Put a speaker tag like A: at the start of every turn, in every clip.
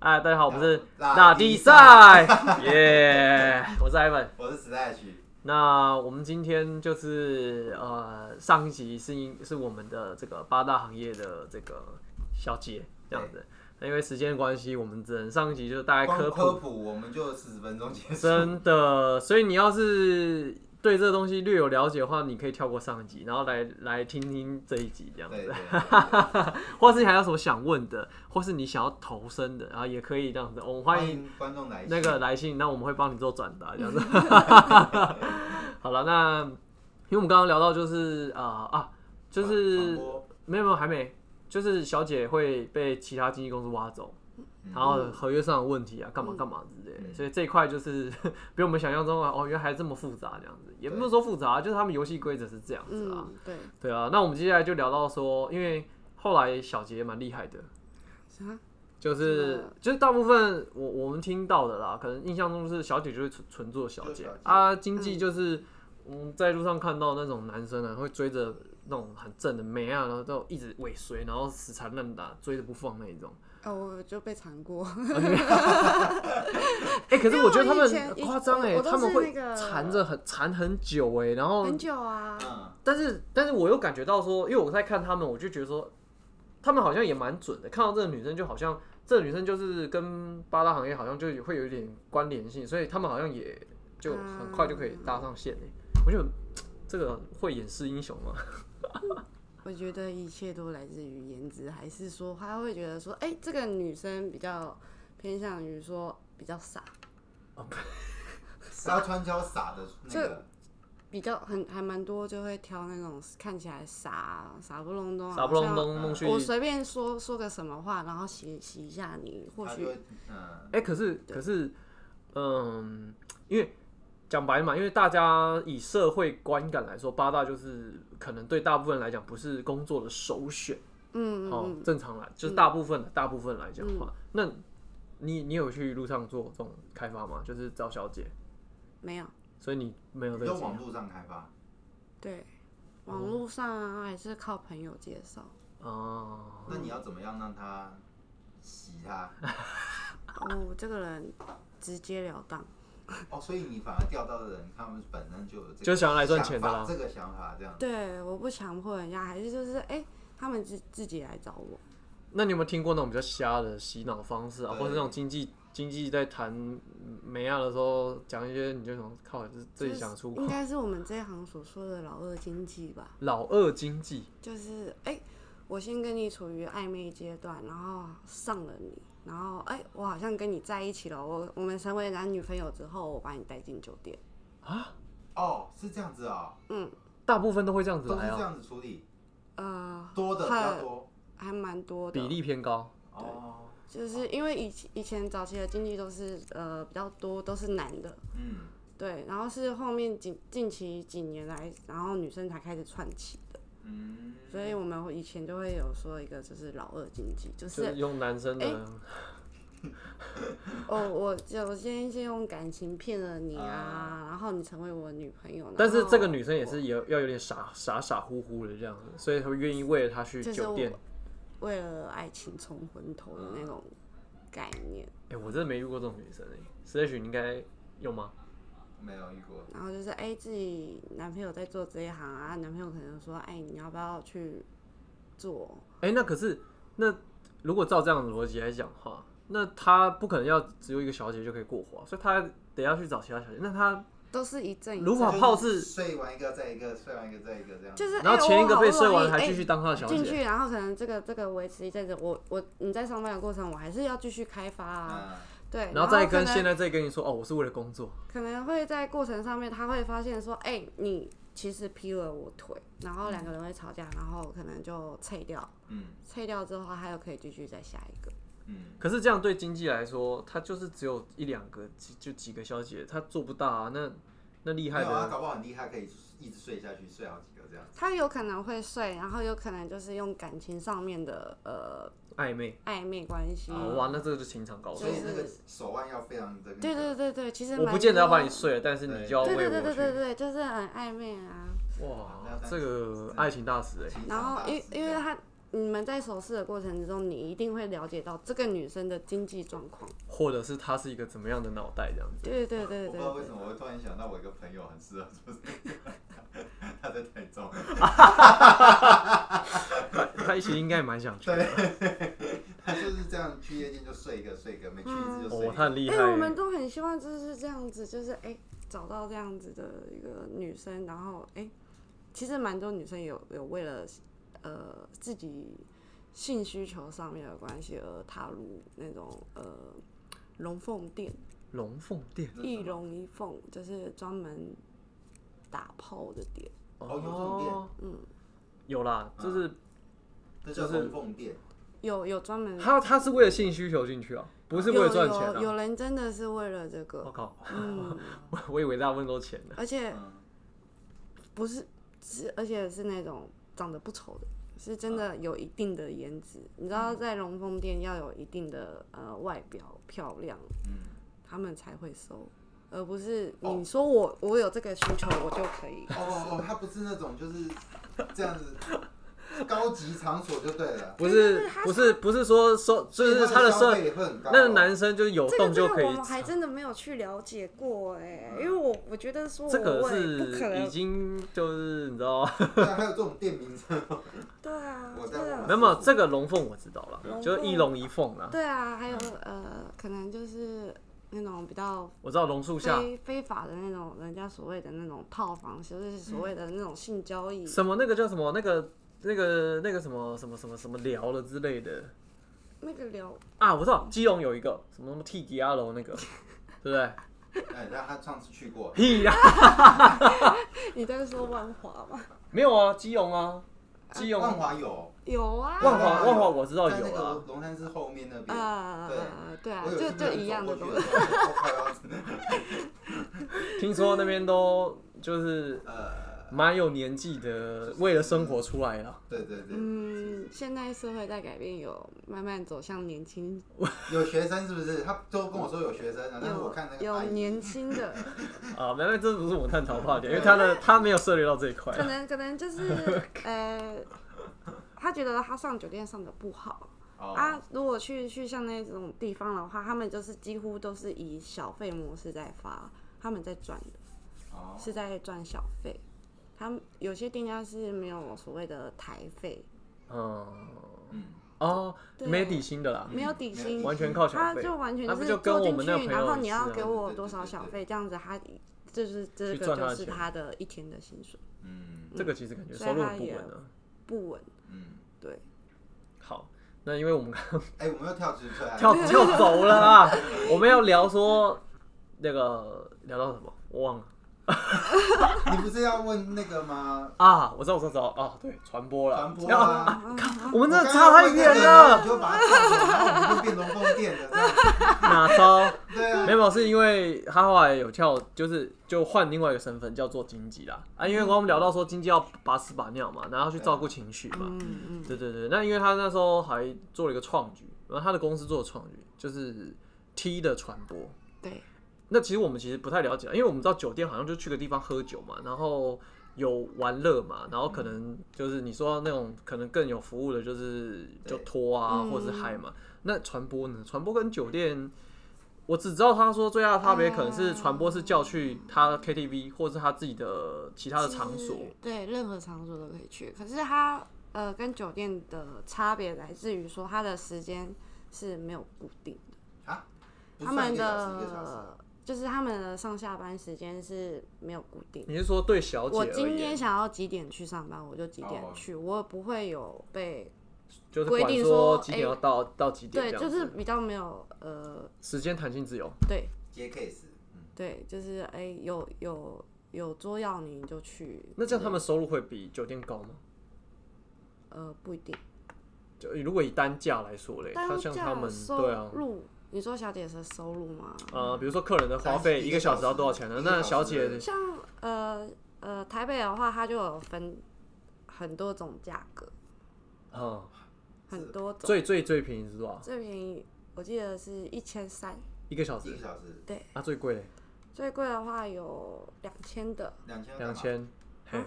A: 哎，大家好，我们是
B: 拉
A: 拉
B: 低
A: 低赛， 耶！我是 Ivan。
B: 我是时代曲，
A: 那我们今天就是呃，上一集是因是我们的这个八大行业的这个小结这样子。那因为时间关系，我们只能上一集就大概
B: 光
A: 科
B: 科
A: 普，
B: 普我们就四十分钟结束。
A: 真的。所以你要是对这东西略有了解的话，你可以跳过上一集，然后来来听听这一集这样 子。
B: 对对对，
A: 或是你还有什么想问的，或是你想要投身的，然后也可以这样子。我们 欢
B: 欢
A: 迎
B: 迎观众来信
A: 那个来信，那我们会帮你做转达 这样子。好了，那因为我们刚刚聊到就是呃啊，就
B: 传
A: 是
B: 播
A: 没有没有还没，就是小姐会被其他经纪公司挖走，然后合约上的问题啊，干嘛干嘛之类的，
B: 嗯
A: 所以这一块就是 比我们想象中啊，哦，原来还这么复杂这样子，也不是说复杂，就是他们游戏规则是这样子啊。
C: 嗯，对，
A: 对啊，那我们接下来就聊到说，因为后来小杰蛮厉害的，
C: 啥？
A: 就是就是大部分我我们听到的啦，可能印象中是小姐就是纯纯做小姐
B: 就是小姐
A: 啊，经济就是嗯在路上看到那种男生啊，会追着那种很正的妹啊，然后都一直尾随，然后死缠烂打，追着不放那一种。
C: 哦，我就被缠过，
A: 哎、可是我觉得他
C: 因为我以
A: 们
C: 前
A: 夸张哎，
C: 我都是
A: 他们会
C: 那个
A: 缠着很缠很久哎、然后
C: 很久啊。
B: 嗯，
A: 但是但是我又感觉到说，因为我在看他们，我就觉得说，他们好像也蛮准的。看到这个女生，就好像这个女生就是跟八大行业好像就会有一点关联性，所以他们好像也就很快就可以搭上线诶。我觉得这个慧眼识英雄嘛，
C: 我觉得一切都来自于颜值，还是说他会觉得说，哎、这个女生比较偏向于说比较傻，
B: 是要穿胶撒的那个，
C: 比较很还蛮多就会挑那种看起来傻傻不隆咚，啊
A: 傻不隆。咚弄去。
C: 我随便说说个什么话，然后洗洗一下你，或
B: 他就
C: 许
B: 会嗯，
A: 哎、可是可是，嗯，因为讲白嘛，因为大家以社会观感来说，八大就是可能对大部分人来讲不是工作的首选。
C: 嗯嗯
A: 哦
C: 嗯，，
A: 正常来，就是大部分、大部分来讲的话，那你你有去路上做这种开发吗？就是招小姐，
C: 没有
A: 所以你没有
B: 你
A: 这
B: 就
A: 个经
B: 网
A: 验
B: 络上开发，
C: 对。网络上啊，还是靠朋友介绍。
A: 哦。
B: 那你要怎么样让他洗他？
C: 哦，这个人直截了当，
B: 哦，所以你反而钓到的人，他们本身就有这个
A: 就想要来赚钱的啦
B: 想法这个想法这样。
C: 对，我不强迫人家，还是就是哎、他们自自己来找我。
A: 那你有没有听过那种比较瞎的洗脑方式啊，
B: 对
A: 或者那种经济经济在谈美亚的时候讲一些，你就想靠，这自己想出
C: 应
A: 口。
C: 该是我们这一行所说的老二经济吧，
A: 老二经济，
C: 就是哎、我先跟你处于暧昧阶段，然后上了你，然后哎、我好像跟你在一起了，我我们成为男女朋友之后，我把你带进酒店，嗯
B: 哦，是这样子哦，
A: 大部分都会这样子
B: 都是
A: 来
C: 哦
B: 这
A: 啊，
B: 样子处理，
C: 呃，
B: 多的比
C: 还
B: 较多
C: 还蛮多的
A: 比，例偏高。
B: 哦，
C: 就是因为以前以前早期的经济都是呃比较多都是男的，
B: 嗯，
C: 对，然后是后面近近期几年来，然后女生才开始串起的，
B: 嗯，
C: 所以我们会以前就会有说一个就是老二经济，就
A: 就是是用男生的，
C: 哦，我我今天是用感情骗了你啊，然后你成为我女朋友，然
A: 但是
C: 后
A: 这个女生也是有要有点傻傻傻乎乎的这样子，所以她会愿意为了他去
C: 就是
A: 酒
C: 我
A: 店。
C: 为了爱情冲昏头的那种概念，
A: 哎、我真的没遇过这种女生哎、s l a s h 你应该有吗？
B: 没有遇过，
C: 然后就是哎、自己男朋友在做这一行啊，男朋友可能说哎、你要不要去做？
A: 哎、那可是那如果照这样的逻辑来讲的话，那她不可能要只有一个小姐就可以过活啊、所以她得要去找其他小姐。那她
C: 都是一阵一
A: 如法
C: 阵，
A: 炮
B: 哦就是
A: 制，
B: 睡完一个再一个，睡完一个再一个这样子，
C: 就是哎
A: 然后前一个被睡完还继
C: 续。
A: 续当她的小
C: 哎进
A: 姐，
C: 去，然后可能这个这个维持一阵子，我我你在上班的过程，我还是要继续开发啊，
B: 嗯，
C: 对，
A: 然后再
C: 可
A: 跟
C: 能
A: 现在再跟你说哦，我是为了工作。
C: 可能会在过程上面，他会发现说，哎、你其实劈了我腿，然后两个人会吵架，然后可能就拆掉，
B: 嗯
C: 拆掉之后，还有可以继续再下一个，
B: 嗯，
A: 可是这样对经济来说，她就是只有一两个几就几个小姐，她做不大啊。那那厉害
B: 没有啊，
A: 的，
B: 搞不好很厉害，可以一直睡下去，睡好几个这样。
C: 他有可能会睡，然后有可能就是用感情上面的呃
A: 暧昧，
C: 暧昧关系，
A: 哦哇，那这个就情场高手
B: 所。以那个手腕要非常的，
C: 对对对对，其实
A: 我
C: 蛮
A: 不见得要把你
C: 多啊
A: 睡了，但是你就要
C: 对
A: 为
C: 对对
A: 我
C: 对
A: 去。
C: 对对，就是很暧昧啊。
A: 哇，这个爱情大师哎、
B: 情商
C: 然后
B: 大师
C: 因因为他嗯你们在熟识的过程之中，你一定会了解到这个女生的经济状况。
A: 或者是他是一个怎么样的脑袋这样子。
C: 对对对
B: 我不
C: 对
B: 知道
C: 对
B: 为什么我会突然想到我一个朋友很适合做这个，他在台 中，
A: 他他其实应该也蛮想去的。
B: 他就是这样去夜店就睡一个睡一个，没去一次就睡一
A: 哦，
B: 个。
A: 他很厉
C: 哎、
A: 害。
C: 我们都很希望就是这样子，就是哎、找到这样子的一个女生，然后哎、其实蛮多女生有有为了呃自己性需求上面的关系而踏入那种呃龙凤店，
A: 龙凤店。
B: 这是什么
C: 一龙一凤，就是专门打炮的店。
B: 哦有这种店嗯
A: 哦
C: 嗯，
A: 有啦，就是
B: 这叫
A: 就是
B: 龙凤店，
C: 有有专门
A: 他他是为了性需求进去啊，不是为了赚钱
C: 有有
A: 啊。哦
C: 有人真的是为了这
A: 我
C: 个，
A: 靠，
C: 嗯，
A: 我我以为大部分都钱的。
C: 而且
B: 嗯，
C: 不是是，而且是那种长得不丑的，是真的有一定的颜值。你知
A: 嗯
C: 道，在龙凤店要有一定的呃外表漂亮，
B: 嗯
C: 他们才会收，而不是
B: 哦
C: 你说我我有这个需求，我就可以
B: 哦。哦 哦，他不是那种就是这样 子高级场所就对了，
A: 不
C: 对
A: 是
C: 对对
A: 不是不是说说，就
B: 所以
A: 是
B: 他
A: 他的
B: 消
A: 设，
B: 费会啊很高。
A: 那个男生就是有
C: 这
A: 动
C: 个
A: 就
C: 这
A: 可
C: 个
A: 以嗯
C: 我。们还真的没有去了解过哎、因为我我觉得说我
A: 这个
C: 为不可
A: 是已
C: 能，
A: 经就是你知道，
B: 对啊还有这种店名称，
C: 对啊，
B: 我在
C: 对啊
B: 网
A: 没有没有这个龙凤我知道了，
C: 龙
A: 就是一
C: 凤
A: 龙一凤啦。
C: 对啊，还有呃，可能就是那种比较
A: 我知道龙树下
C: 非非法的那种，人家所谓的那种套房，就是
A: 嗯
C: 所谓的那种性交易。
A: 什么那个叫什么那个那个那个什么什么什么什么聊了之类的
C: 那个聊，
A: 啊，我知道基隆有一个什么什么 T 吉阿楼那个，对不对？
B: 哎，然后他上次去过，
A: 屁啊啦，
C: 你在说万华吗？
A: 没有啊，基隆啊，基隆
B: 万华有，
C: 有啊，
A: 万华
B: 有
A: 万华我知道
B: 在那
A: 有啊
B: 个龙山寺后面那边。
C: 呃，对啊，
B: 我有一
C: 就
B: 次
C: 就一样的
B: 走
C: 东
B: 过
C: 西。
B: 去的时候，我快要
A: 听说那边都就是
B: 呃，
A: 蛮有年纪的，为了生活出来了。
B: 对对对，
C: 嗯，现在社会在改变，有慢慢走向年轻，
B: 有学生是不是？他都跟我说有学生啊，但是我
C: 有
B: 看那个
C: 有
B: 阿姨，
C: 年轻的，
A: 啊，没没，这不是我探讨话题，因为他的他没有涉猎到这一块
C: 可。能可能就是 呃，他觉得他上酒店上的不好，
B: 哦
C: 啊，如果去去像那种地方的话，他们就是几乎都是以小费模式在发，他们在赚的，
B: 哦
C: 是在赚小费。他们有些店家是没有所谓的台费，
A: 嗯，
B: 嗯，
A: 哦，
C: 对
A: 没底薪的啦，
C: 没有底薪，
A: 完全靠小
C: 他
A: 费。
C: 就完全
A: 那
C: 就
A: 不
C: 是
A: 就跟
C: 坐
A: 我
C: 进
A: 们
C: 去
A: 那个，朋友
C: 然后你
A: 也是
C: 要
A: 啊
C: 给我
B: 对对
C: 多
B: 对
C: 少
B: 对
C: 小
B: 对
C: 费，这样子他就是这
A: 去
C: 个
A: 赚他
C: 就
A: 的
C: 是
A: 钱
C: 他的一天的薪水，
B: 嗯
A: 这个其实感觉
C: 所以
A: 收入
C: 他
A: 很不
C: 也
A: 稳啊。
C: 不稳。
B: 嗯，
C: 对，
A: 好，那因为我们刚
B: 哎、我们又跳出出来
A: 跳跳走了啊，我们要聊说那个聊到什么，我忘了
B: 你不是要问那个吗？
A: 啊，我知道我知道我知道啊，对，传播了，
B: 传播
A: 然后
B: 啊，
A: 我们真的
B: 我刚刚
A: 差太
B: 问那
A: 远
B: 个然后
A: 了
B: 你，就把它跳走，然后我们就变龙凤店的这样子，
A: 哪招？
B: 对啊
A: 没，有，是因为他后来有跳，就是就换另外一个身份叫做经济啦。啊，因为我们聊到说经济要把屎把尿嘛，然后去照顾情绪嘛。
C: 嗯嗯，
A: 对对对，那因为他那时候还做了一个创举，然后他的公司做的创举就是 T 的传播。
C: 对，
A: 那其实我们其实不太了解，啊因为我们知道酒店好像就去个地方喝酒嘛，然后有玩乐嘛，然后可能就是你说那种可能更有服务的，就是就
B: 对
A: 拖啊，
C: 嗯
A: 或者是嗨嘛。那传播呢？传播跟酒店，我只知道他说最大的差别可能
C: 啊
A: 是传播是叫去他 KTV 或是他自己的其他的场所。
C: 是对，任何场所都可以去。可是它呃跟酒店的差别来自于说它的时间是没有固定的，
B: 啊，不
C: 他
B: 算
C: 们
B: 一个
A: 啊
B: 小时一个小时，
C: 的就是他们的上下班时间是没有固定的。
A: 你是说对小姐
C: 我
A: 而
C: 今天
A: 言
C: 想要几点去上班，我就几点
B: 哦
C: 去，我不会有被
A: 就是
C: 规
A: 管
C: 定
A: 说
C: 说
A: 几点要
C: 哎
A: 到、到几点
C: 对，
A: 这样
C: 就
A: 子？
C: 是比较没有呃，
A: 时间弹性自由。
C: 对
B: 接 case，嗯，
C: 对，就是哎、有有有桌要你就去，
A: 那这样他们收入会比酒店高吗？
C: 呃不一定。
A: 就如果以单价来说嘞，他
C: 单
A: 像
C: 价
A: 他们
C: 收
A: 对啊，
C: 入，你说小姐是收入吗？
A: 呃，比如说客人的花费
B: 单
A: 一个小时要多少钱呢？
B: 一个
A: 那
B: 小时
A: 小姐
B: 对
C: 像呃呃台北的话，它就有分很多种价格，
A: 啊，
C: 很多种。
A: 最最最便宜是多少？
C: 最便宜我记得是一千三，
A: 一个小
B: 一
A: 时
B: 个小时
A: 啊，最贵嘞
C: 最贵的话有两千的，
B: 两千，
A: 两，千，嘿
C: 啊，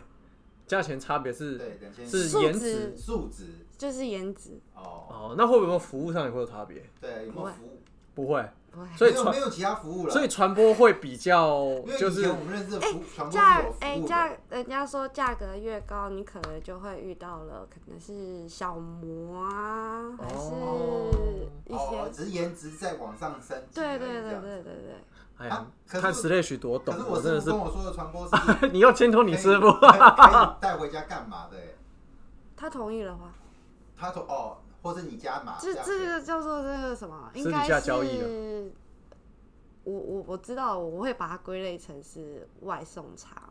A: 价钱差别是
B: 对，两千
A: 是
C: 素
A: 颜
C: 质
A: 值
B: 数值
C: 就是颜值
B: 哦，
A: 哦，那会不会服务上也会有差别？
B: 对，有没有服务？
A: 不会，
C: 不会。
A: 所以
B: 没有
A: 传
B: 没有其他服务了，
A: 所以传播会比较
B: 因为
A: 就
B: 以
A: 是
B: 前我们认识的服传播
C: 价
B: 是有服
C: 哎、
B: 务的，
C: 价，人家说价格越高，你可能就会遇到了，可能是小魔啊，还
A: 哦
C: 是一些、
B: 哦，只是颜值在往上升级而
C: 对
B: 已，
C: 对对
B: 这样
C: 对对对。
A: 哎呀
B: 啊，可是
A: 看 Slash 多懂
B: 可，是
A: 我
B: 我
A: 真的
B: 师
A: 是
B: 傅跟我说的传播是
A: 你又牵拖你师傅，
B: 可以可以带回家干嘛的欸？
C: 他同意了话，
B: 他说哦，或者你加码
C: 这
B: 样
C: 这
B: 子
C: 个叫做这个什么？
A: 啊私
C: 应
A: 底
C: 该
A: 下
C: 是
A: 交易
C: 我我我知道，我会把它归类成是外送茶，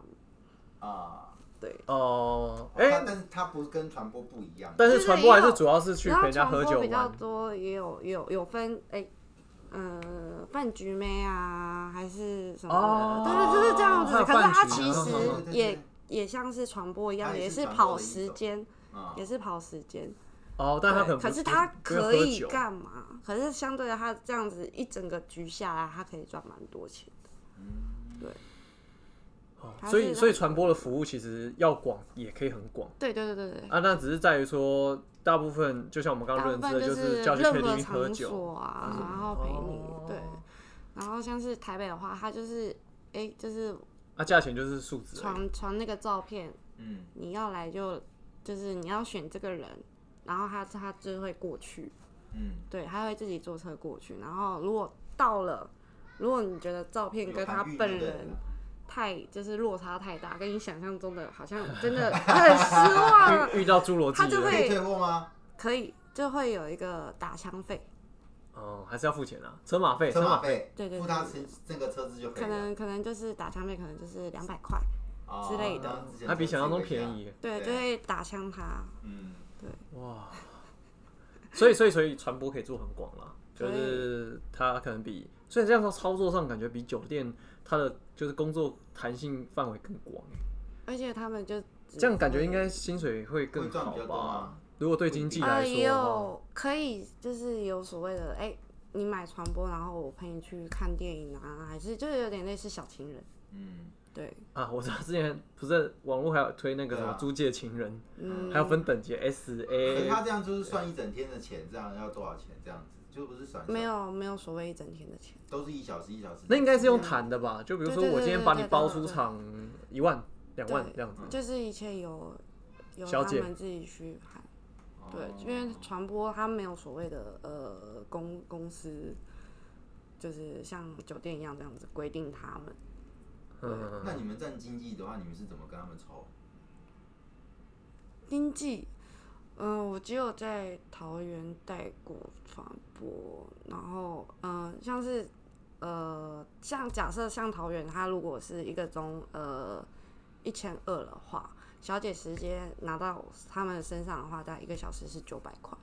B: 啊，
C: 对。
A: 哦，
B: 哎、
A: 哎，
B: 但是它不是跟传播不一样，
A: 但是传播还是主要是去
C: 然
A: 陪人
C: 后
A: 家
C: 传播
A: 喝酒
C: 比较
A: 玩，
C: 多，也有也有有分哎、呃，饭局妹啊，还是什么
A: 哦
C: 的，对对，就是这样子
A: 还有。
C: 可是
A: 饭
C: 它
A: 局
C: 其
A: 啊
C: 实
A: 嗯嗯
B: 嗯
C: 也
B: 嗯
C: 也像是传播一样，
B: 它也
C: 也
B: 是
C: 是
B: 传播
C: 跑
B: 的一
C: 时
B: 种
C: 间，
B: 啊、
C: 也是跑时间。
A: 哦，但他可
C: 对
A: 能
C: 可
A: 不
C: 是他
A: 不
C: 可
A: 会喝
C: 以
A: 酒，
C: 干嘛？可是相对的，他这样子一整个局下来，他可以赚蛮多钱的。
A: 哦
C: 他
A: 所
C: 是
A: 以
C: 他
A: 所以传播的服务其实要广也可以很广
C: 对对对对对。
A: 啊，那只是在于说，大部分就像我们刚
C: 大
A: 刚
C: 部
A: 认知的，
C: 分是
A: 是叫去
C: 任何
A: KTV 喝
C: 场
A: 酒，嗯
C: 所啊，然后陪你
A: 哦
C: 对。然后像是台北的话，他就是哎、诶就是
A: 啊，价钱就是数值而已，
C: 传传那个照片，
B: 嗯，
C: 你要来就就是你要选这个人，然后他他就会过去，
B: 嗯
C: 对，他会自己坐车过去。然后如果到了，如果你觉得照片
B: 有
C: 跟他
B: 含义
C: 本
B: 对不对
C: 人太就是落差太大，跟你想象中的好像真的很失望，
A: 遇遇到侏罗纪
C: 他就
A: 了，
C: 会
B: 可以退货吗？
C: 可以就会有一个打枪费，
A: 哦，还是要付钱啊，车马费，
B: 车
A: 马
B: 马，费，
C: 对对对
B: 付他车这个车子就
C: 可
B: 以啊了，
C: 能可能就是打枪费，可能就是两百块，
B: 哦
C: 之类的
B: 然后之前
A: 它比
B: 车子
A: 想象中
B: 也一样
A: 便，宜，
C: 对，
B: 对
C: 就会打枪他，
B: 嗯，
A: 哇，所以所以所以传播可以做很广啦，就
C: 可以
A: 是它可能比，所以这样说操作上感觉比酒店它的就是工作弹性范围更广，
C: 而且他们就只
A: 这样感觉
C: 会
A: 应该薪水会更
B: 会赚
A: 好
B: 比较多啊
A: 吧
B: 吗？
A: 如果对经济来
C: 呃
A: 说
C: 也
A: 的话，
C: 有可以就是有所谓的哎、你买传播，然后我陪你去看电影啊，还是就是有点类似小情人，
B: 嗯，
C: 对，
A: 啊，我知道之前不是网络还有推那个什么
B: 对啊
A: 租借情人，
C: 嗯，
A: 还有分等级 S
B: 可是
A: A，
B: 他这样就是算一整天的钱，这样要多少钱？这样子就不是算
C: 没，有没有所谓一整天的钱，
B: 都是一小时一小时。
A: 那应该是用谈的吧？就比如说
C: 对对
A: 我今天把你
C: 对对对
A: 包出场一万、两万
C: 对
A: 这样子，
C: 就是一切由由
A: 小
C: 他
A: 姐
C: 们自己去喊，
B: 哦
C: 对，因为传播它没有所谓的呃公公司。就是像酒店一样这样子规定他们，
A: 嗯，
B: 那你们占经济的话，你们是怎么跟他们抽？
C: 经济，嗯、我只有在桃园带过传播，然后嗯、呃像是呃，像假设像桃园，它如果是一个钟呃一千二的话，小姐直接拿到他们身上的话，大概一个小时是九百块，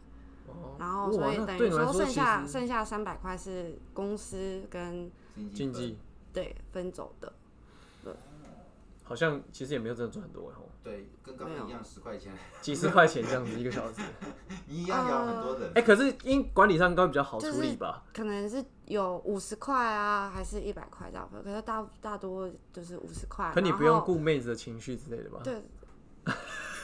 A: 哦
C: 然后
A: 哇
C: 所
A: 那
C: 以等
A: 对
C: 于
A: 你来
C: 说剩
A: 其
C: 下
A: 实
C: 剩下三百块是公司跟
B: 经济
A: 经
B: 分
A: 济
C: 对分走的，
A: 好像其实也没有真的赚很多，然后
B: 对，跟刚刚一样十块钱，
A: 几十块钱这样子一个小时，
B: 你一样养很多人。
C: 啊
A: 哎，可是因管理上应该比较好
C: 就
A: 处
C: 是
A: 理吧？
C: 可能是有五十块啊，还是一百块这样，可是大大多就是五十块。
A: 可你
C: 然
A: 不用
C: 后
A: 顾妹子的情绪之类
B: 嗯
A: 的吧？
C: 对，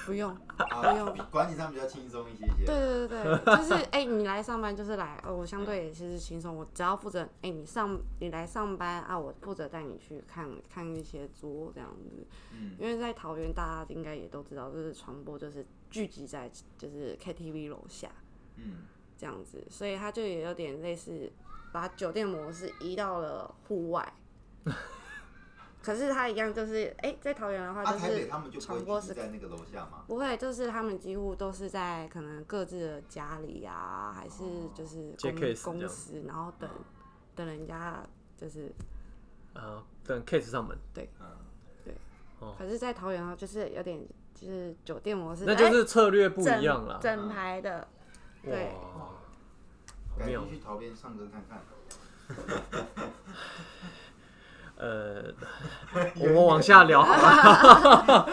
C: 不用。哎不
B: 啊，
C: 用
B: 比管理上比较轻松一些些。
C: 对对对对，就是哎、你来上班就是来，呃，我相对也是轻松，我只要负责哎、你上你来上班啊，我负责带你去看看一些桌这样子。
B: 嗯，
C: 因为在桃园，大家应该也都知道，就是传播就是聚集在就是 KTV 楼下
B: 嗯，
C: 这样子，所以它就也有点类似把酒店模式移到了户 外。可是它一样就是哎、在桃园的话
B: 啊，
C: 就
B: 台
C: 是
B: 北他们就不
C: 传
B: 会
C: 播
B: 聚
C: 是
B: 集在那个楼下嘛？
C: 不会，就是他们几乎都是在可能各自的家里啊，还是就是
A: 哦接
C: 公
A: case 这样嗯
C: 公司，然后等等人家就是
A: 呃，等 case 上门，
B: 嗯，
A: 哦
C: 可是，在桃园啊，就是有点就是酒店模式，
A: 那就
C: 哎
A: 是策略不
C: 整
A: 一样啦。嗯
C: 整排的，对
A: 哇，好
B: 改
A: 妙
B: 天。去桃边唱歌看看。
A: 呃， 我们往 下聊好了。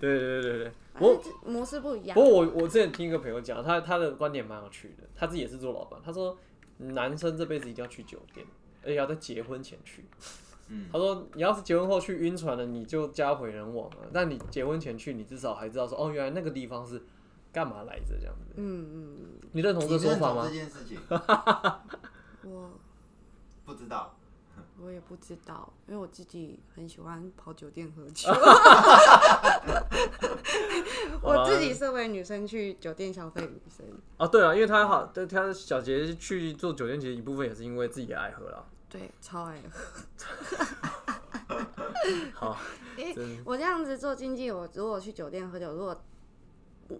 A: 对对对对对。
C: 反
A: 我
C: 正这模式不一样
A: 不。过我我之前听一个朋友讲，他他的观点蛮有趣的，他自己也是做老板，他说男生这辈子一定要去酒店，而且要在结婚前去，
B: 嗯，
A: 他说你要是结婚后去晕船了，你就家毁人亡了。但你结婚前去，你至少还知道说，哦，原来那个地方是干嘛来着这样子。
C: 嗯嗯
A: 你认同
B: 你
A: 这说啊
B: 认
A: 法
B: 同
A: 吗
B: 这？件事情？
C: 嗯，我
B: 不知道，
C: 我也不知道，因为我自己很喜欢跑酒店喝 酒。 我自己身为女生去酒店消费，女生
A: 啊，对了，因为他好，对他小杰去做酒店，其实一部分也是因为自己也爱喝啦。
C: 对超爱喝。
A: 好，真
C: 我这样子做经济，我如果去酒店喝酒，如果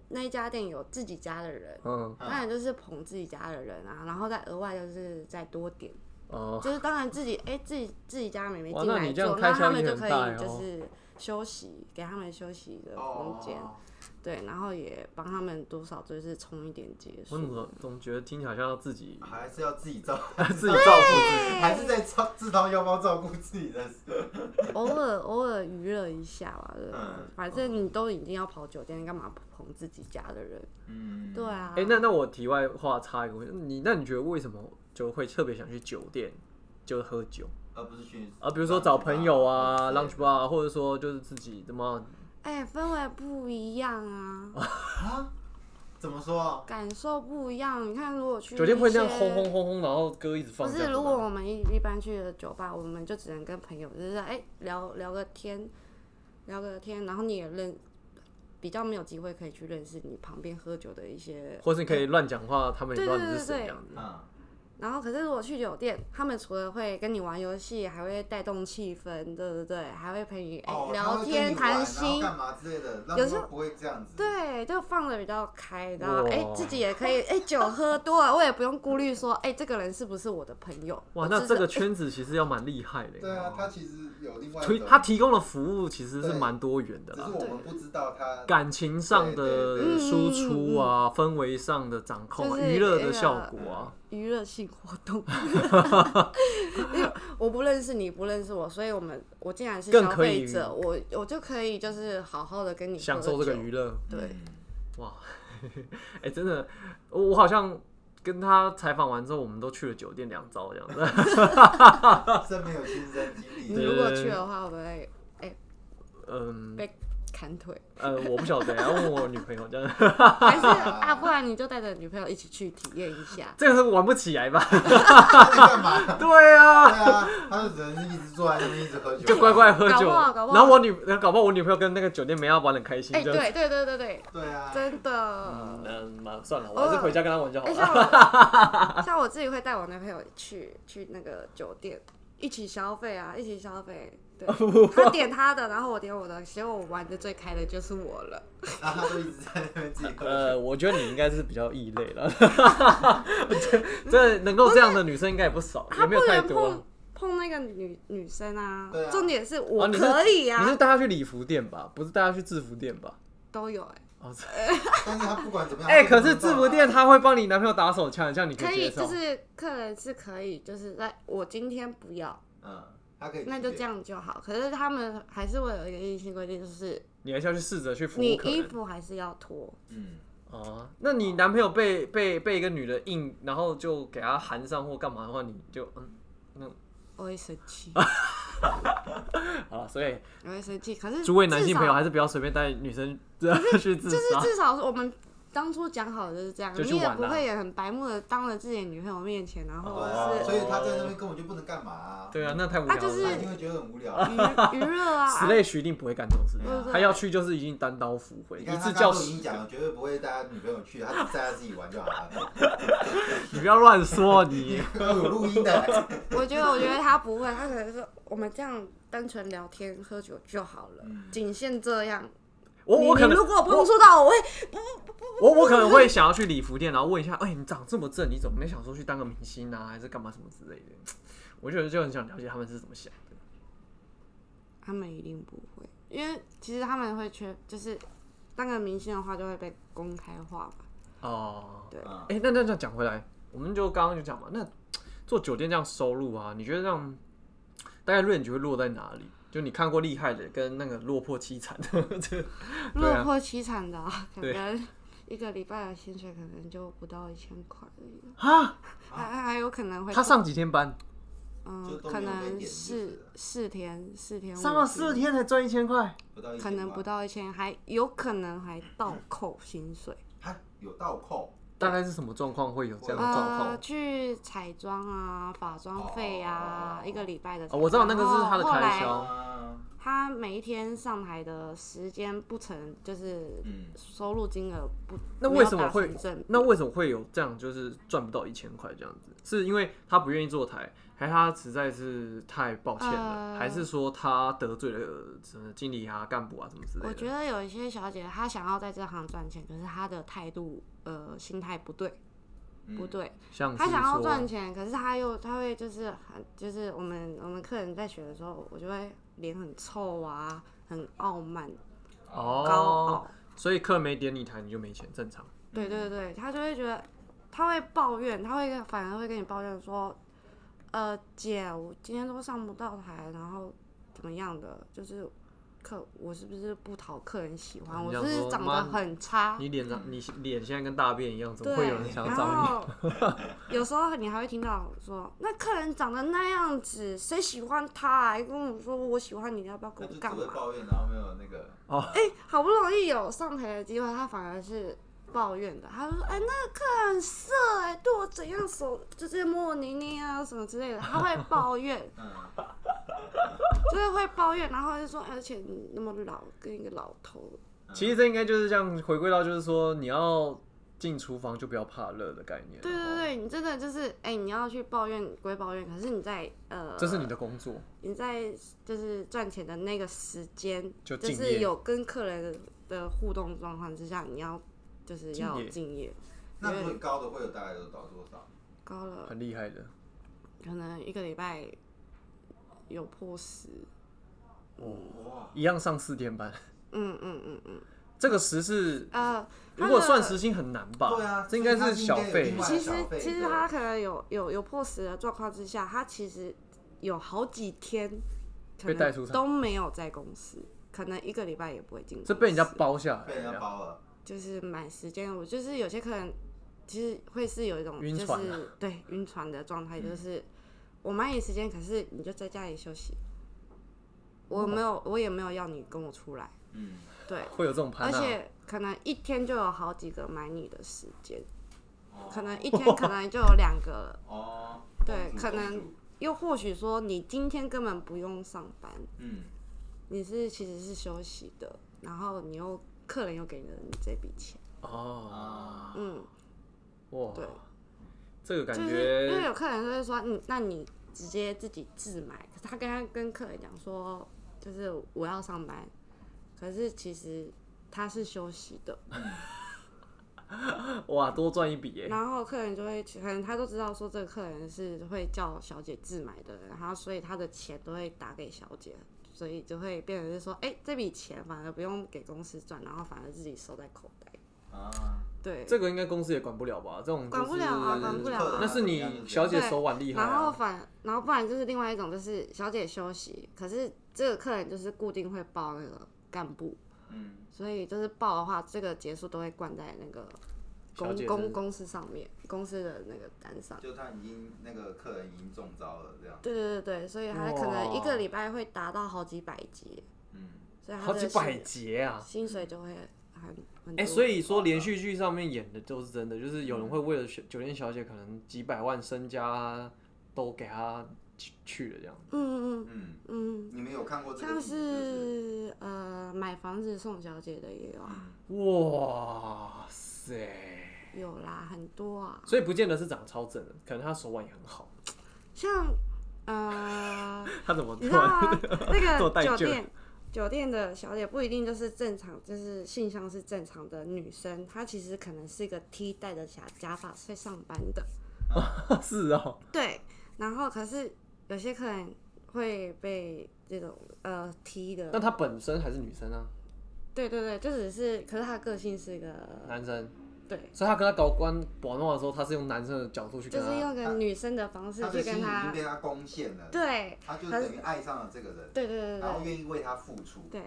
C: 那一家店有自己家的人，
A: 嗯
C: 当然就是捧自己家的人啊，然后再额外就是再多点。
A: 哦，
C: 就是当然自己哎、自己自己家妹妹
A: 哇
C: 进
A: 那
C: 来
A: 你这样
C: 做，
A: 开
C: 那
A: 销
C: 他们
A: 也
C: 就
A: 很
C: 可
A: 大欸
C: 以就
A: 哦
C: 是休息，给他们休息的空间，
B: 哦，
C: 对，然后也帮他们多少就是充一点结
A: 我怎
C: 束。
A: 么总觉得听起来像要自己
B: 还是要自己照，
A: 自己照顾自己？
C: 对
B: 还是在照自掏腰包照顾自己的
C: 偶尔偶尔娱乐一下吧，对
B: 嗯
C: 反正你都已经要跑酒店，你干嘛捧自己家的人？
B: 嗯，
C: 对啊，
A: 哎、那那我题外话插一个问题，你那你觉得为什么就会特别想去酒店就喝酒
B: 而不是去
A: 啊？比如说找朋友啊、
B: 浪
A: lunch bar，或者说就是自己他妈
C: 哎、氛围不一样啊，
B: 啊？怎么说？
C: 感受不一样。你看，如果去
A: 酒店会这样
C: 一些
A: 轰轰轰轰，然后歌一直放
C: 不
A: 这
C: 是，
A: 样子吗。
C: 如果我们一一般去的酒吧，我们就只能跟朋友就是哎、聊聊个天，聊个天，然后你也认比较没有机会可以去认识你旁边喝酒的一些，
A: 或是你可以乱讲话，他们也不知道你是
C: 对对
A: 谁
C: 对
A: 这样子。
B: 嗯，
C: 然后可是如果去酒店，他们除了会跟你玩游戏，还会带动气氛，对不对？还会陪你哎、
B: 哦，他
C: 聊
B: 会跟
C: 天
B: 你玩
C: 谈
B: 然后
C: 心。
B: 干嘛之类的，让
C: 有
B: 你
C: 时
B: 们
C: 候
B: 不会这样子。
C: 对，就放的比较开，然后
A: 哇
C: 哎、自己也可以哎、酒喝多了，我也不用顾虑说哎、这个人是不是我的朋友。
A: 哇，
C: 我
A: 那
C: 知
A: 这
C: 道
A: 个圈子其实要蛮厉害的。
B: 对啊，他
A: 他
B: 其实有另外一
A: 推
B: 种，
A: 他提供的服务其实是
B: 对
A: 蛮多元的
B: 只是
A: 啦，
B: 我们不知道他
A: 感情上
B: 对对
A: 的
B: 对
A: 输出啊，氛围上的掌控啊，
C: 嗯就是哎
A: 娱乐
C: 那
A: 的
C: 个
A: 效果啊。
C: 娱乐性活 动，因为我不认识你，不认识我，所以我们我既然是
A: 更
C: 消
A: 可以
C: 费者，我我就可以就是好好的跟你
A: 享
C: 喝
A: 受这个
C: 酒
A: 娱乐，嗯
C: 对，
A: 哎、真的，我我好像跟他采访完之后，我们都去了酒店两遭这样子。
B: 嗯真没有亲身经历
C: 你
A: 对
B: 的。
C: 如果去的话，我会
A: 嗯
C: 被砍腿，
A: 呃，我不晓得，要问我女朋友这样，
C: 还是啊，不然你就带着女朋友一起去体验 一下。
A: 这个是玩不起来吧？
B: 他在干嘛？
A: 对啊，
B: 对啊，他就只能一直坐在那边一直喝酒，
A: 就乖。乖喝酒。
C: 搞不好搞不好
A: 然后我女，搞不好我女朋友跟那个酒店没要玩的开心，
C: 哎、
A: 就
C: 对对对对对，
B: 对啊，
C: 真的。
A: 嗯，嘛算了，我还是回家跟他玩就好
C: 哎、
A: 了。
C: 像 我像我自己会带我男朋友去去那个酒店一起消费啊，一起消费。对，
A: 哦
C: 他点他的，然后我点我的，结果我玩的最开的就是我了。
B: 然后他就一直在那边自己喝酒。
A: 呃，我觉得你应该是比较异类 了， 这这能够这样的女生应该也不少，也
C: 他
A: 没
C: 不
A: 有太
C: 能
A: 多。啊
C: 碰碰那个女女生啊
B: 对啊。
C: 重点是
A: 哦
C: 我
A: 你是
C: 可以
A: 你是
C: 啊，
A: 带她去礼服店吧？不是带她去制服店吧？
C: 都有哎，
A: 哦，是
B: 但是他不管怎么样，
A: 哎、
B: 他
A: 可
B: 就是不能
A: 制
B: 动
A: 服
B: 啊
A: 店他会帮你男朋友打手枪，这样你
C: 可
A: 接
C: 以
A: 受。
C: 就是客人是可以，就是在我今天不要，
B: 嗯，他可以
C: 那就这
B: 样。
C: 样就好。可是他们还是会有一个硬性规定，就是
A: 你还是要去试着去服
C: 你
A: 务客
C: 衣
A: 人。
C: 服还是要脱。
B: 嗯，
A: 哦，那你男朋友被被被一个女的硬，然后就给他含上或干嘛的话，你就 嗯，
C: 我会生气，
A: 啊好了。所以
C: 我会生气。可是
A: 诸位男性
C: 至少
A: 朋友还是不要随便带女生 去自
C: 就是
A: 杀。
C: 至少是我们当初讲好的就是这样，
A: 就去
C: 你也
A: 玩啊
C: 不
A: 啦
C: 会也很白目的当着自己的女朋友面前，然后
B: 对
A: 哦
B: 啊，所以
C: 是
B: 他在那边根本就不能干嘛啊。
A: 对啊，那太无聊
C: 他
A: 了。
C: 就是
B: 他一定会觉得很无聊。
C: 娱娱乐啊，
A: 此类许一定不会干这种事
B: 对
C: 啊
A: 情，他要去就是已经单刀赴会，
B: 你
A: 一
B: 看他
A: 次
B: 刚
A: 叫
B: 刚都已
A: 十
B: 经讲了，绝对不会带他女朋友去，他只带他自己玩就好 了。
A: 你不要乱说你。
B: 有录音的，
C: 我觉得，我觉得他不会，他可能说我们这样单纯聊天喝酒就好了，仅限这样。
A: 嗯我
C: 你
A: 我可
C: 你
A: 能
C: 如果碰触到我，我会
A: 我我可能 会想要去礼服店，然后问一下，哎、你长这么正，你怎么没想说去当个明星啊，还是干嘛什么之类的？我觉得就很想了解他们是怎么想的。
C: 他们一定不会，因为其实他们会缺，就是当个明星的话就会被公开化嘛。
A: 哦，
C: 对
B: 嗯
A: 哎、那那这样讲回来，我们就刚刚就讲嘛，那做酒店这样收入啊，你觉得这样大概 range 会落在哪里？就你看过厉害的跟那个落魄凄惨的， 这对啊
C: 落魄凄惨的、啊，可
A: 对
C: 能一个礼拜的薪水可能就不到一千块而已，
A: 啊，
C: 还还还有可能会
A: 他上几天班？
C: 嗯
B: 就，都
C: 可
B: 没有被
C: 能
B: 点
C: 四
B: 就是了
C: 四天四天
A: 上了
C: 五
A: 四天才赚一千块，
B: 不到一
C: 可
B: 千
C: 能不
B: 块，
C: 到一千，还有可能还倒扣薪水。
B: 还有倒扣，
A: 大概是什么状况会有这样的状况？
C: 呃，去彩妆啊、法妆费啊，
B: 哦
C: 一个礼拜的彩
A: 哦
C: 妆。
A: 我知道那个是他的
C: 然后后
A: 开销
C: 来
B: 啊，
C: 他每一天上台的时间不成，就是
B: 嗯，
C: 收入金额不。
A: 那
C: 没
A: 为
C: 有
A: 什么
C: 打
A: 会
C: 成正比
A: 那为什么会有这样，就是赚不到一千块这样子？是因为他不愿意坐台，还是他实在是太抱歉了，
C: 呃
A: 还是说他得罪了什么经理啊、干部啊什么之类
C: 我
A: 的？
C: 觉得有一些小姐她想要在这行赚钱，可是她的态度呃心态不对，
B: 嗯
C: 不对。
A: 像
C: 她
A: 是
C: 想要
A: 说，
C: 赚钱，可是她又她会就是很就是我们我们客人在学的时候，我就会脸很臭啊，很傲慢、高
A: 哦
C: 傲，。
A: 所以客人没点你台，你就没钱，正常。
C: 对对对，她就会觉得她会抱怨，她会反而会跟你抱怨说，呃，姐，我今天都上不到台，然后怎么样的，就是客我是不是不讨客人喜欢？
A: 啊你想
C: 我是不是
A: 说
C: 长
A: 妈
C: 得很差？
A: 你脸上，你脸现在跟大便一样，怎么
C: 啊嗯对，
A: 会有人想要
C: 然
A: 找你？
C: 后有时候你还会听到说，那客人长得那样子，谁喜欢他、啊还跟我说我喜欢你，要不要
B: 那
C: 跟
B: 就
C: 我
B: 只
C: 干
B: 会
C: 嘛？
B: 抱怨，然后没有那个，
C: 好不容易有上台的机会，他反而是抱怨的，他就说：“哎，那个客人很色、哎，对我怎样手就是摸我捏捏啊什么之类的。”他会抱怨，
B: 嗯，
C: 就是会抱怨，然后就说：“而且你那么老，跟一个老头。
A: 其实这应该就是这样，回归到就是说，你要进厨房就不要怕热的概”念。
C: 对对对，你真的就是哎、你要去抱怨归抱怨，可是你在呃，
A: 哦这是你的工作。
C: 你在就是赚钱的那个时间，
A: 就敬业
C: 是有跟客人的互动状况之下，你要就是要
A: 敬业
C: 敬业，
B: 那
C: 因
B: 最
C: 为
B: 高的会有大概有到多少？
C: 高了
A: 很厉害的，
C: 可能一个礼拜有破十，
A: 哦
B: 哇，
A: 一样上四天班。
C: 嗯嗯嗯嗯，
A: 这个时是
C: 呃，
A: 如果
C: 他的
A: 算时薪很难吧？
B: 对啊
A: 这应该是小
B: 所以
A: 费
B: 他。是应
C: 其实
B: 该有另外的小费
C: 其实
B: 对
C: 他可能有有有破十的状况之下，他其实有好几天可
A: 被带出
C: 能
A: 场
C: 都没有在公司，可能一个礼拜也不会进公司，
A: 这被人家包下
B: 被人家
A: 来，
B: 包了，
C: 就是买时间，我就是有些客人其实会是有一种
A: 晕
C: 就
A: 船啊
C: 是对晕船的状态，就是我买你时间，可是你就在家里休息，我没有，我也没有要你跟我出来，
B: 嗯，
C: 对，
A: 会有这种
C: 而
A: 盘啊。
C: 且可能一天就有好几个买你的时 间，
B: 哦
C: 可能一天可能就有两个了，
B: 哦，
C: 对
B: 公主
C: 可能，
B: 公主
C: 又或许说你今天根本不用上班，
B: 嗯，
C: 你是其实是休息的，然后你又客人又给了你这笔钱，
A: 哦，
B: 啊
C: 嗯，
A: 哇，
C: 对。
A: 这哦个感
C: 就是因为
A: 觉
C: 有客人就会说，你那你直接自己自买，可是他跟他跟客人讲说，就是我要上班，可是其实他是休息的，
A: 哇，多赚一笔耶！
C: 然后客人就会可能他都知道说这个客人是会叫小姐自买的人，然后所以他的钱都会打给小姐。所以就会变成是说，哎、这笔钱反而不用给公司赚，然后反而自己收在口袋。
B: 啊，
C: 对，
A: 这个应该公司也管不了吧？这种就是
C: 管不了啊管不了啊
A: 那是你小姐手腕厉害
C: 然后
A: 啊。
C: 反，然后不然就是另外一种，就是小姐休息，可是这个客人就是固定会报那个干部，
B: 嗯，
C: 所以就是报的话，这个结束都会灌在那个
A: 小姐
C: 公
A: 是
C: 公公司上面，公司的那个单上。
B: 就他已经那个客人已经中招了，这样，
C: 对对对对，所以他可能一个礼拜会达到好几百节，
B: 嗯，
C: 所以他
A: 好
C: 的
A: 几
C: 薪
A: 百节啊！
C: 薪水就会很很
A: 哎、
C: 多
A: 所以说连续剧上面演的都是真的，就是有人会为了选酒店小姐，可能几百万身家都给她去去了这样。
C: 嗯嗯
B: 嗯，
C: 嗯
B: 你们有看过
C: 嗯，
B: 这个
C: 像
B: 剧？就是
A: 嗯
B: 嗯
C: 是呃买房子送小姐的也有啊，
A: 哇塞！
C: 有啦，很多啊。
A: 所以不见得是长得超正的，可能她手腕也很好。
C: 像呃，
A: 她怎么
C: 你知道
A: 断？
C: 啊，那
A: 做
C: 个
A: 代
C: 酒
A: 救
C: 店酒店的小姐不一定就是正常，就是性向是正常的女生，她其实可能是一个替代的假假发在上班的，
A: 是哦，
C: 对。然后可是有些客人会被这种呃踢的
A: 那，她本身还是女生啊，
C: 对对对，就只是，可是她个性是一个
A: 男生，
C: 对。
A: 所以她跟她搞关玩弄的时候，她是用男生的角度去
C: 就
A: 跟
C: 是
A: 她。
C: 用个女生的方式
B: 他
C: 去
B: 的心
C: 跟
B: 已
C: 她
B: 经，被他攻陷了，
C: 对
B: 他就等于爱上了这个人，
C: 对对对
B: 然后
C: 对
B: 愿意为他付出，
C: 对，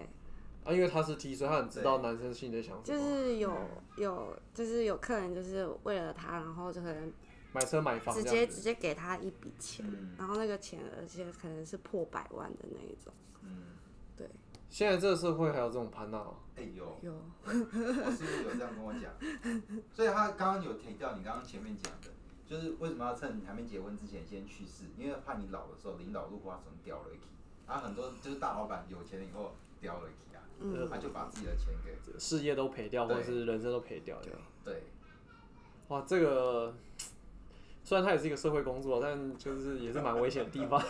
A: 啊，因为她是 T，所以她很知道男生心里在想什
C: 就
A: 么。
C: 是有有就是有客人就是为了他，然后就可能
A: 买车买房
C: 直
A: 这
C: 接
A: 样
C: 直
A: 子。
C: 接给他一笔钱，
B: 嗯
C: 然后那个钱而且可能是破百万的那一 种，
B: 嗯，
C: 对，
A: 现在这个社会还有这种盘呐、哦
B: 哎呦，
C: 有
B: 我师傅有这样跟我 讲，所以他刚刚有提到你刚刚前面讲的，就是为什么要趁你还没结婚之前先去世，因为怕你老的时候，你老入花丛掉了一起，啊，很多就是大老板有钱了以后掉了一起啊，
C: 嗯
B: 他就把自己的钱给
A: 事业都赔掉，或
B: 对
A: 者是人生都赔掉这样。
B: 对，
A: 哇，这个虽然它也是一个社会工作，但就是也是蛮危险的地方。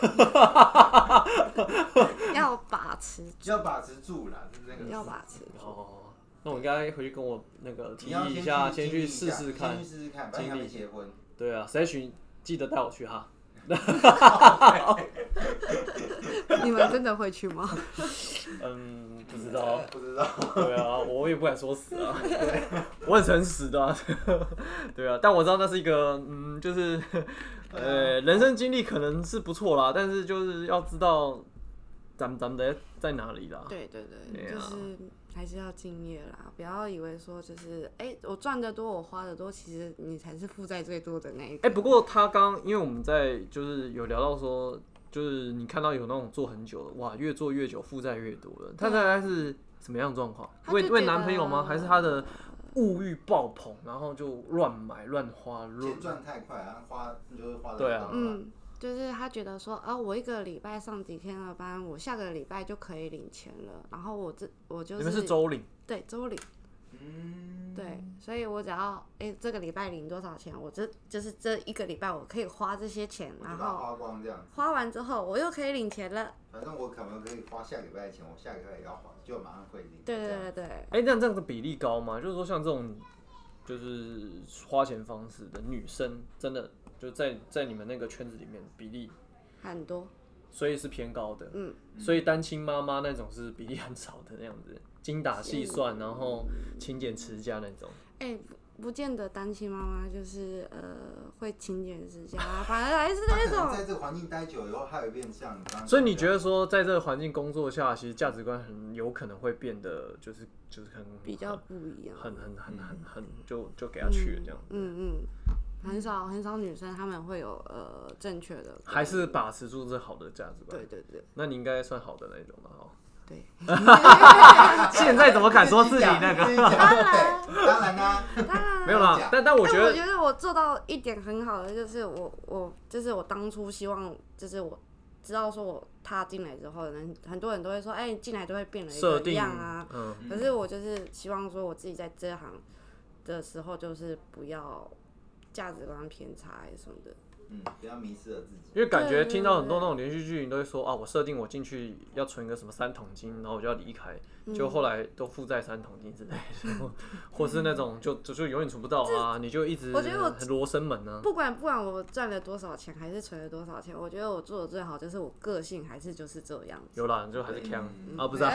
C: 要把持，
B: 要把持住啦，就是那个
C: 要把持，
A: 哦，那我应该回去跟我那个提
B: 你要
A: 议一下，
B: 先
A: 先
B: 去经历一
A: 去试
B: 下
A: 试
B: 先
A: 看
B: 去。试试看，反正还没结婚，
A: 对啊，谁许记得带我去哈。
C: 你们真的会去吗？
A: 嗯，不知道。
B: 不知道，
A: 对啊，我也不敢说死啊。 我很诚实的、啊。 对啊，但我知道那是一个，嗯，就是呃，人生经历可能是不错啦，但是就是要知道咱们咱们在在哪里啦。
C: 对对对，
A: 对
C: 就
A: 啊
C: 是还是要敬业啦，不要以为说就是哎、我赚得多，我花得多，其实你才是负债最多的那一个。
A: 哎、不过他刚因为我们在就是有聊到说，就是你看到有那种做很久的，哇，越做越久，负债越多的，他大概是什么样的状况？
C: 啊他就
A: 为
C: 觉
A: 为男朋友吗？
C: 得
A: 还是他的物欲爆棚，然后就乱买乱花
B: 钱
A: 乱？
B: 赚太快，然后花你就是花的
A: 对啊
C: 嗯，就是他觉得说啊、我一个礼拜上几天的班，我下个礼拜就可以领钱了，然后我这我就
A: 你们
C: 是
A: 是周领，
C: 对周领，
A: 啊
B: 嗯，
C: 对，所以我只要哎、这个礼拜领多少钱，我这就是这一个礼拜我可以花这些钱，
B: 我就
C: 然
B: 把它
C: 后
B: 花光这样。
C: 花完之后我又可以领钱了。
B: 反正我可能可以花下个礼拜的钱，我下个礼拜也要还，就马上会领。
C: 对
B: 这样
C: 对对对，
A: 哎、那这样的比例高吗？就是说像这种就是花钱方式的女生，真的就在在你们那个圈子里面比例，
C: 很多。
A: 所以是偏高的。
C: 嗯，
A: 所以单亲妈妈那种是比例很少的那样子， 精打细算，然后勤俭持家那种。
C: 哎、不不见得单亲妈妈就是呃会勤俭持家，反而还是
B: 他
C: 那
B: 可能
C: 种
B: 在这个环境待久以后，他有变像你刚
C: 嗯
B: 刚。
A: 所以你觉得说，在这个环境工作下，其实价值观很有可能会变得就是就是很
C: 比较不一样。
A: 很很很很很就就给他去了这样，
C: 嗯嗯，很少很少女生她们会有呃正确的，
A: 还是把持住这好的价值观
C: 对。对对
A: 那你应该算好的那种了哦。
C: 对，
A: 现在怎么敢说自己那
B: 自己
A: 个？
B: 讲
C: 当然
B: 对当然啦，
C: 当然
A: 没有啦，但但我
C: 哎
A: 觉
C: 我
A: 得
C: 觉得我做到一点很好的就是我我就是我当初希望就是我知道说我踏进来之后，人很多人都会说，哎、你进来就会变了一
A: 设
C: 个
A: 定
C: 样啊，
A: 嗯，
B: 嗯
C: 可是我就是希望说，我自己在这行的时候，就是不要价值观偏差什么的。
B: 嗯，不要迷失了自己。
A: 因为感觉
C: 对
A: 听到很多那种连续剧，你都会说啊，我设定我进去要存个什么三桶金，然后我就要离开，
C: 嗯
A: 就后来都负债三桶金之类 的，或是那种就就就永远存不到啊，你就一直
C: 我觉得我
A: 很罗生门啊呢、
C: 不管不管我赚了多少钱，还是存了多少钱，我觉得我做的最好就是我个性还是就是这样子。
A: 有啦，你就还是强
B: 嗯
A: 啊，不是 啊，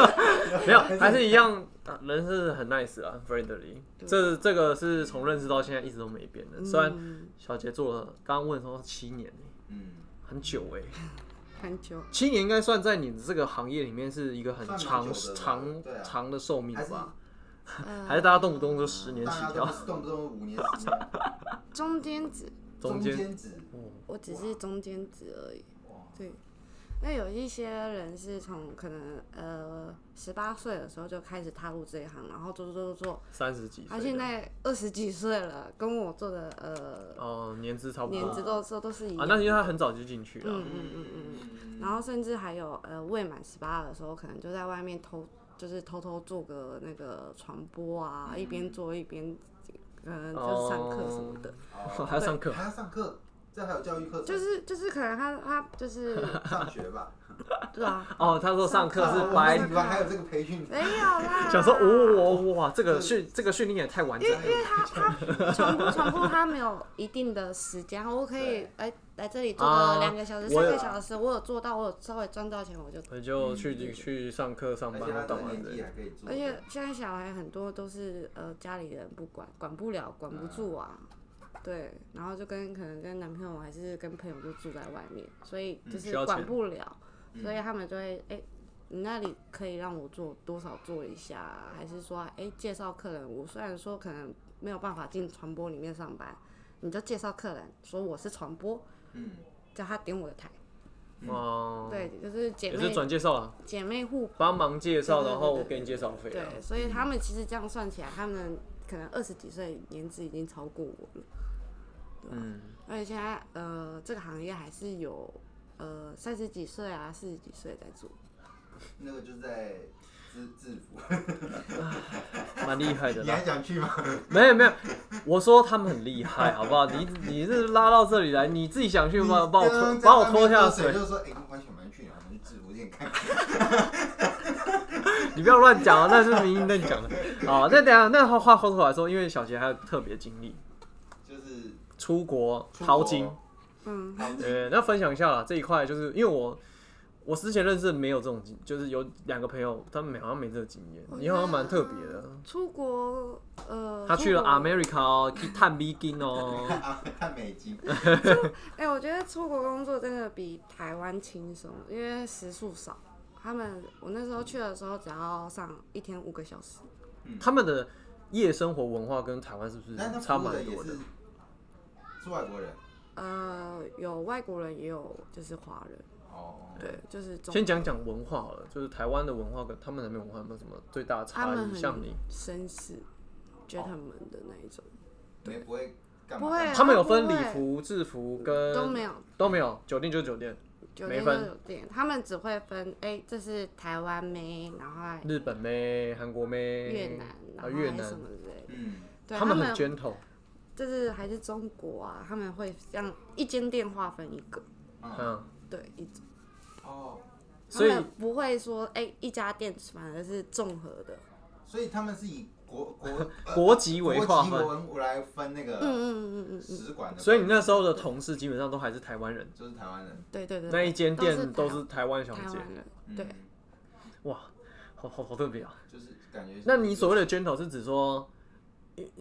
A: 没有，还是一样，啊人是很 nice 啊，friendly，这这个是从认识到现在一直都没变的。虽然
C: 嗯、
A: 小杰做了，刚刚问说七年，
B: 嗯，
A: 很久哎、
C: 很久，
A: 七年应该算在你这个行业里面是一个很
B: 算蛮
A: 长
B: 久的了
A: 长
B: 对啊
A: 长的寿命
B: 还是
A: 吧？
C: 呃
A: 还是大家动不动就十年起
B: 大家都
A: 跳？
B: 是动不动五年、十年，
C: 中间值，
A: 中间
B: 间值，
C: 我只是中间值而已。
B: 哇，
C: 对，那有一些人是从可能呃十八岁的时候就开始踏入这一行，然后做做做做，
A: 三十几
C: 他
A: 岁的，
C: 现在二十几岁了，跟我做的呃
A: 哦，年资差不多
C: 年资都都都是一
A: 啊
C: 样。，
A: 那因为他很早就进去了
C: 嗯，嗯嗯嗯嗯。然后甚至还有呃，未满十八的时候，可能就在外面偷，就是偷偷做个那个传播啊，一边做一边呃
A: 哦
C: 就上课什么的。
B: 哦
A: 还要上课，
B: 还要上课，这还有教育课程，
C: 就是就是可能他他就是
B: 上学 吧。
C: 对啊，
A: 哦，他说上课
C: 可
A: 是
B: 白，
A: 白
B: 你，们还有这个培训，
C: 没有啦。
A: 想说哦哇，这个训这个训练也太完整了，
C: 传播传播，他没有一定的时间，我可以
B: 对
C: 来来这里做
A: 啊
C: 个两个小时、
A: 我
C: 三
A: 有
C: 个小时，我有做到，我有稍微赚到钱，我就
A: 我就去去上课上
B: 而
A: 班
B: 且他
A: 干
B: 这
A: 嘛
B: 年
C: 嗯
B: 纪
A: 的？
B: 还可以做，
C: 而且现在小孩很多都是呃家里人不管，管不了，管不住啊，
A: 嗯
C: 对，然后就跟可能跟男朋友还是跟朋友就住在外面，所以
A: 嗯
C: 就
A: 需
C: 是
A: 要
C: 管
A: 钱嗯
C: 不了，所以他们就会哎、你那里可以让我做多少做一下啊，还是说哎、介绍客人，我虽然说可能没有办法进传播里面上班，你就介绍客人说我是传播，
B: 嗯，
C: 叫他点我的台。
A: 哦，
C: 嗯对，就是姐
A: 也是
C: 妹
A: 转介绍啊，
C: 姐妹互
A: 帮忙介绍，
C: 对对对
A: 然后我
C: 对
A: 给你介绍费啊。
C: 对，所以他们其实这样算起来，他们可能二十几岁年纪已经超过我了。啊
A: 嗯，
C: 而且现在呃，这个行业还是有呃三十几岁啊、四十几岁在做。
B: 那个就在制制服，
A: 蛮厉害 的
B: 你
A: 啦。
B: 还想去吗？
A: 没有没有，我说他们很厉害，好不好？你你是拉到这里来，你自己想去吗？把我拖把我拖下水
B: 水，，就说哎，我想蛮去，然后我们去制服店看看。
A: 你不要乱讲啊，那是明英邓讲的。 好，那等一下那话话说回来说，因为小杰还有特别经历，
B: 就是
A: 出国
B: 出国
A: 淘金，
C: 嗯，
B: 淘金，
A: 对，那分享一下啦这一块，就是因为我我之前认识没有这种经，就是有两个朋友，他们好像没这个经验，你好像蛮特别的。。
C: 出国呃，
A: 嗯他去了
C: 出国
A: America 哦，去探 B 金哦，
B: 啊，看美金，
A: 嗯
C: 哎、我觉得出国工作真的比台湾轻松，因为时数少。他们我那时候去的时候，只要上一天五个小时。
A: 他们的夜生活文化跟台湾是不是
B: 但他
A: 差
B: 服务
A: 蛮
B: 的也
A: 多的
B: 是？是外国人
C: 呃，有外国人，也有就是华人，
B: 哦，
C: 对，就是中
A: 先讲讲文化好了，就是台湾的文化跟他们那边文化有没有什么最大的
C: 他
A: 差
C: 们
A: 异？
C: 很
A: 像你，
C: 绅士、gentleman 的那一种，
B: 没不会干
C: 不
B: 嘛？
C: 会啊
A: 他们有分
C: 不
A: 礼
C: 会
A: 服、制服跟
C: 都没有。
A: 都没有，酒店就是酒店，
C: 酒
A: 呃没
C: 店
A: 分
C: 就酒店，他们只会分，哎、这是台湾妹，然后还
A: 日本妹、韩国妹、
C: 越南，
A: 啊
C: 然后
A: 越
C: 还什
A: 南，
C: 么之类的。
B: 嗯，
C: 对
A: 他
C: 们
A: 们很 gentle，
C: 就是还是中国啊，他们会这样一间店划分一个，
B: 嗯，
A: 嗯，
C: 对，一种，
B: 哦，
C: 他
A: 所以
C: 们不会说哎、一家店反而是综合的，
A: 啊
B: 所以他们是以国国
A: 国籍为
B: 国
A: 划
B: 籍
A: 分。
B: 文来分那
C: 嗯
B: 个
C: 嗯嗯嗯嗯，
B: 使馆的，
A: 所以你那时候的同事基本上都还是台湾人，
B: 就是台湾人，
C: 对对对，
A: 那一间店
C: 都
A: 都
C: 是
A: 是台湾小
C: 台
A: 姐，
C: 湾人，
B: 嗯
C: 对，
A: 哇，好好好特别啊！
B: 就是感觉。
A: 那你所谓的 gentle 是指说，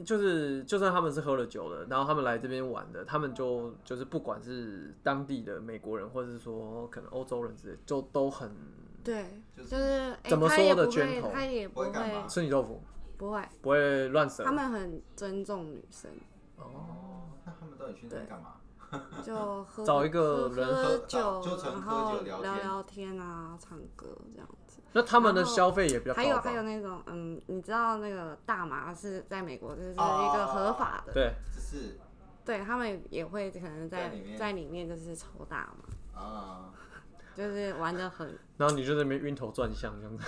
A: 就是就算他们是喝了酒的，然后他们来这边玩的，他们就就是不管是当地的美国人，或者是说可能欧洲人之类，就都很
C: 对，
B: 就
C: 就是是哎、
A: 怎么
C: 他
A: 说
C: 也
A: 的
C: 不会
A: gentle？
C: 他也不
B: 不会干嘛
C: 会
A: 吃你豆腐，
C: 不会，
A: 不会乱舌
C: 他。们很尊重女生，
B: 哦，那他们到底去那边干嘛？
C: 就喝
A: 找一个
C: 喝
A: 人
B: 喝
C: 喝酒，
B: 就纯
C: 然
B: 喝
C: 后
B: 酒聊
C: 聊
B: 天
C: 聊天啊，唱歌这样子。
A: 那他们的消费也比较
C: 还有
A: 高
C: 还有
A: 吧？
C: 那种，嗯，你知道那个大麻是在美国就是一
B: 哦
C: 个合法的，
A: 对，
B: 只是
C: 对他们也会可能在
B: 在里面
C: 在里面就是抽大麻，
B: 啊，
C: 就是玩的很
A: 然后你就在那边晕头转向这样子，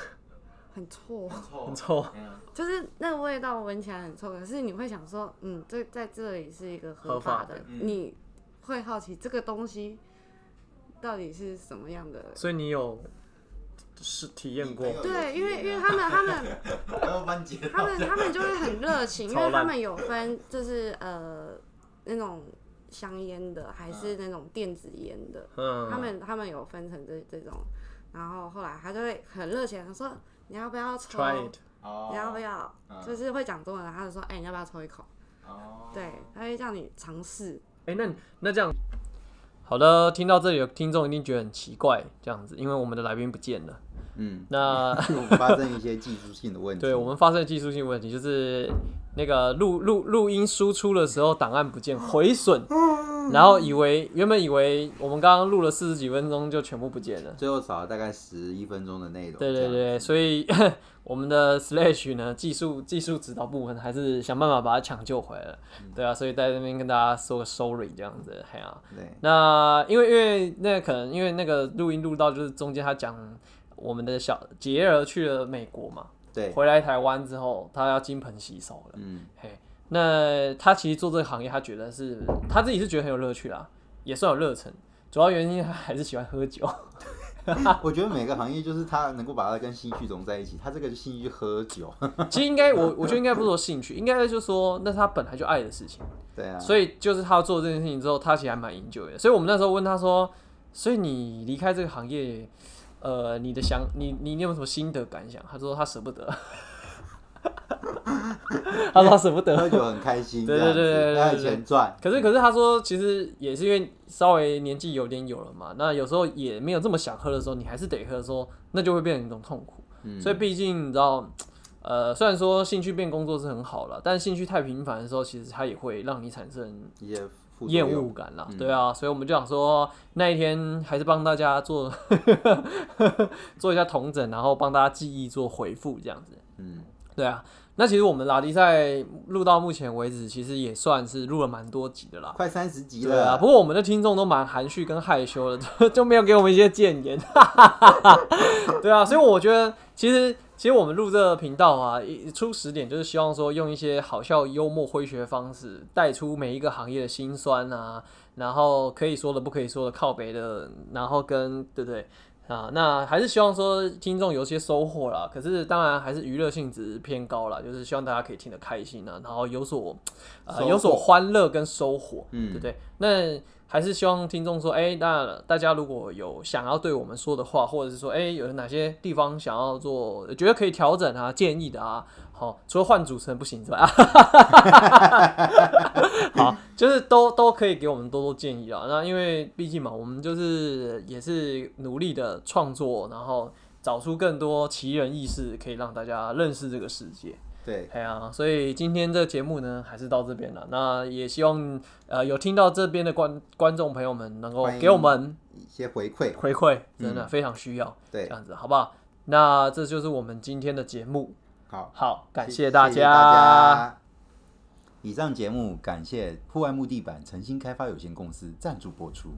C: 很臭，
B: 很臭，
A: 很臭。
B: 嗯
C: 就是那个味道闻起来很臭，可是你会想说，嗯，这在这里是一个合
A: 合法
C: 法
A: 的
C: 的，
B: 嗯
C: 你会好奇这个东西到底是什么样的。
A: 所以你有是体验过
B: 你朋友
C: 对，因为因为
B: 哎有啊
C: 他们他们
B: 还要搬 街
C: 他
B: 道，
C: 们他们就会很热情，因
A: 超
C: 为他
A: 烂
C: 们有分，就是呃那种香烟的，还是那种电子烟的。
A: 嗯，
C: 他们他们有分成这这种，然后后来他就会很热情的说：“你要不要抽？
A: try it，
B: 哦，
C: 你要不要？”
B: 嗯
C: 就是会讲中文，他就说：“哎、你要不要抽一口
B: 哦？”，
C: 对，他会叫你尝试。
A: 哎、那你那这样，好的，听到这里的听众一定觉得很奇怪，这样子，因为我们的来宾不见了。
B: 嗯，
A: 那
B: 发生一些技术性的问题，
A: 对我们发生了技术性问题，就是那个录录录音输出的时候档案不见毁损，
C: 嗯
A: 然后以为原本以为我们刚刚录了四十几分钟就全部不见了。
B: 最后少了大概十一分钟的内容
A: 对对对，所以 我们的 Slash 呢，技术技术指导部分还是想办法把它抢救回来了。对啊，所以在这边跟大家说个 sorry 这样子，嘿啊。
B: 对，
A: 那因为因为那可能因为那个录音录到就是中间他讲我们的小杰儿去了美国嘛，
B: 对，
A: 回来台湾之后他要金盆洗手了，
B: 嗯，
A: 嘿，那他其实做这个行业，他觉得是他自己是觉得很有乐趣啦，也算有热忱，主要原因他还是喜欢喝酒，啊
B: 我觉得每个行业就是他能够把它跟兴趣融在一起，他这个就兴趣喝酒，
A: 其实应该我我觉得应该不是说兴趣，应该就说那是他本来就爱的事情。
B: 对啊，
A: 所以就是他做这件事情之后，他其实还蛮 enjoy 的。所以我们那时候问他说：“所以你离开这个行业，呃，你的想你你你有没有什么心得感想？”他说他舍不得， 他说他舍不得。
B: 喝酒很开心，
A: 对对对对对对
B: 这样子还有钱赚，
A: 可是可是他说，其实也是因为稍微年纪有点有了嘛，那有时候也没有这么想喝的时候，你还是得喝的时候，那就会变成一种痛苦。
B: 嗯
A: 所以毕竟你知道，呃，虽然说兴趣变工作是很好了，但兴趣太频繁的时候，其实它也会让你产生
D: 一些副作
A: 厌
D: 用
A: 恶感啦，
D: 嗯
A: 对啊，所以我们就想说那一天还是帮大家做 做一下统整，然后帮大家记忆做回复这样子，
D: 嗯，
A: 对啊。那其实我们拉迪赛录到目前为止，其实也算是录了蛮多集的啦。
D: 快三十集
A: 对啊，
D: 了，
A: 不过我们的听众都蛮含蓄跟害羞的， 就就没有给我们一些谏言。 对啊，所以我觉得其实其实我们录这个频道啊，一初始点就是希望说用一些好笑、幽默、诙谐的方式，带出每一个行业的辛酸啊，然后可以说的、不可以说的、靠北的，然后跟对不对？啊，那还是希望说听众有些收获啦。可是当然还是娱乐性质偏高啦，就是希望大家可以听得开心啊，然后有所
D: 收
A: 呃
D: 获
A: 有所欢乐跟收获，
D: 嗯
A: 对不对？那还是希望听众说，哎、那大家如果有想要对我们说的话，或者是说，哎、有哪些地方想要做，觉得可以调整啊、建议的啊，好，除了换主持人不行之外， 好，就是都都可以给我们多多建议啊。那因为毕竟嘛，我们就是也是努力的创作，然后找出更多奇人异事，可以让大家认识这个世界。
D: 对，
A: 哎呀，所以今天这个节目呢，还是到这边了。那也希望呃有听到这边的观观众朋友们能够
D: 欢迎
A: 给我们
D: 一些回馈，
A: 回馈，真的非常需要。
D: 对
A: 这样子好不好？那这就是我们今天的节目。
D: 好，
A: 好，感
D: 谢
A: 谢
D: 大
A: 大家。
D: 家。以上节目感谢户外木地板诚心开发有限公司赞助播出。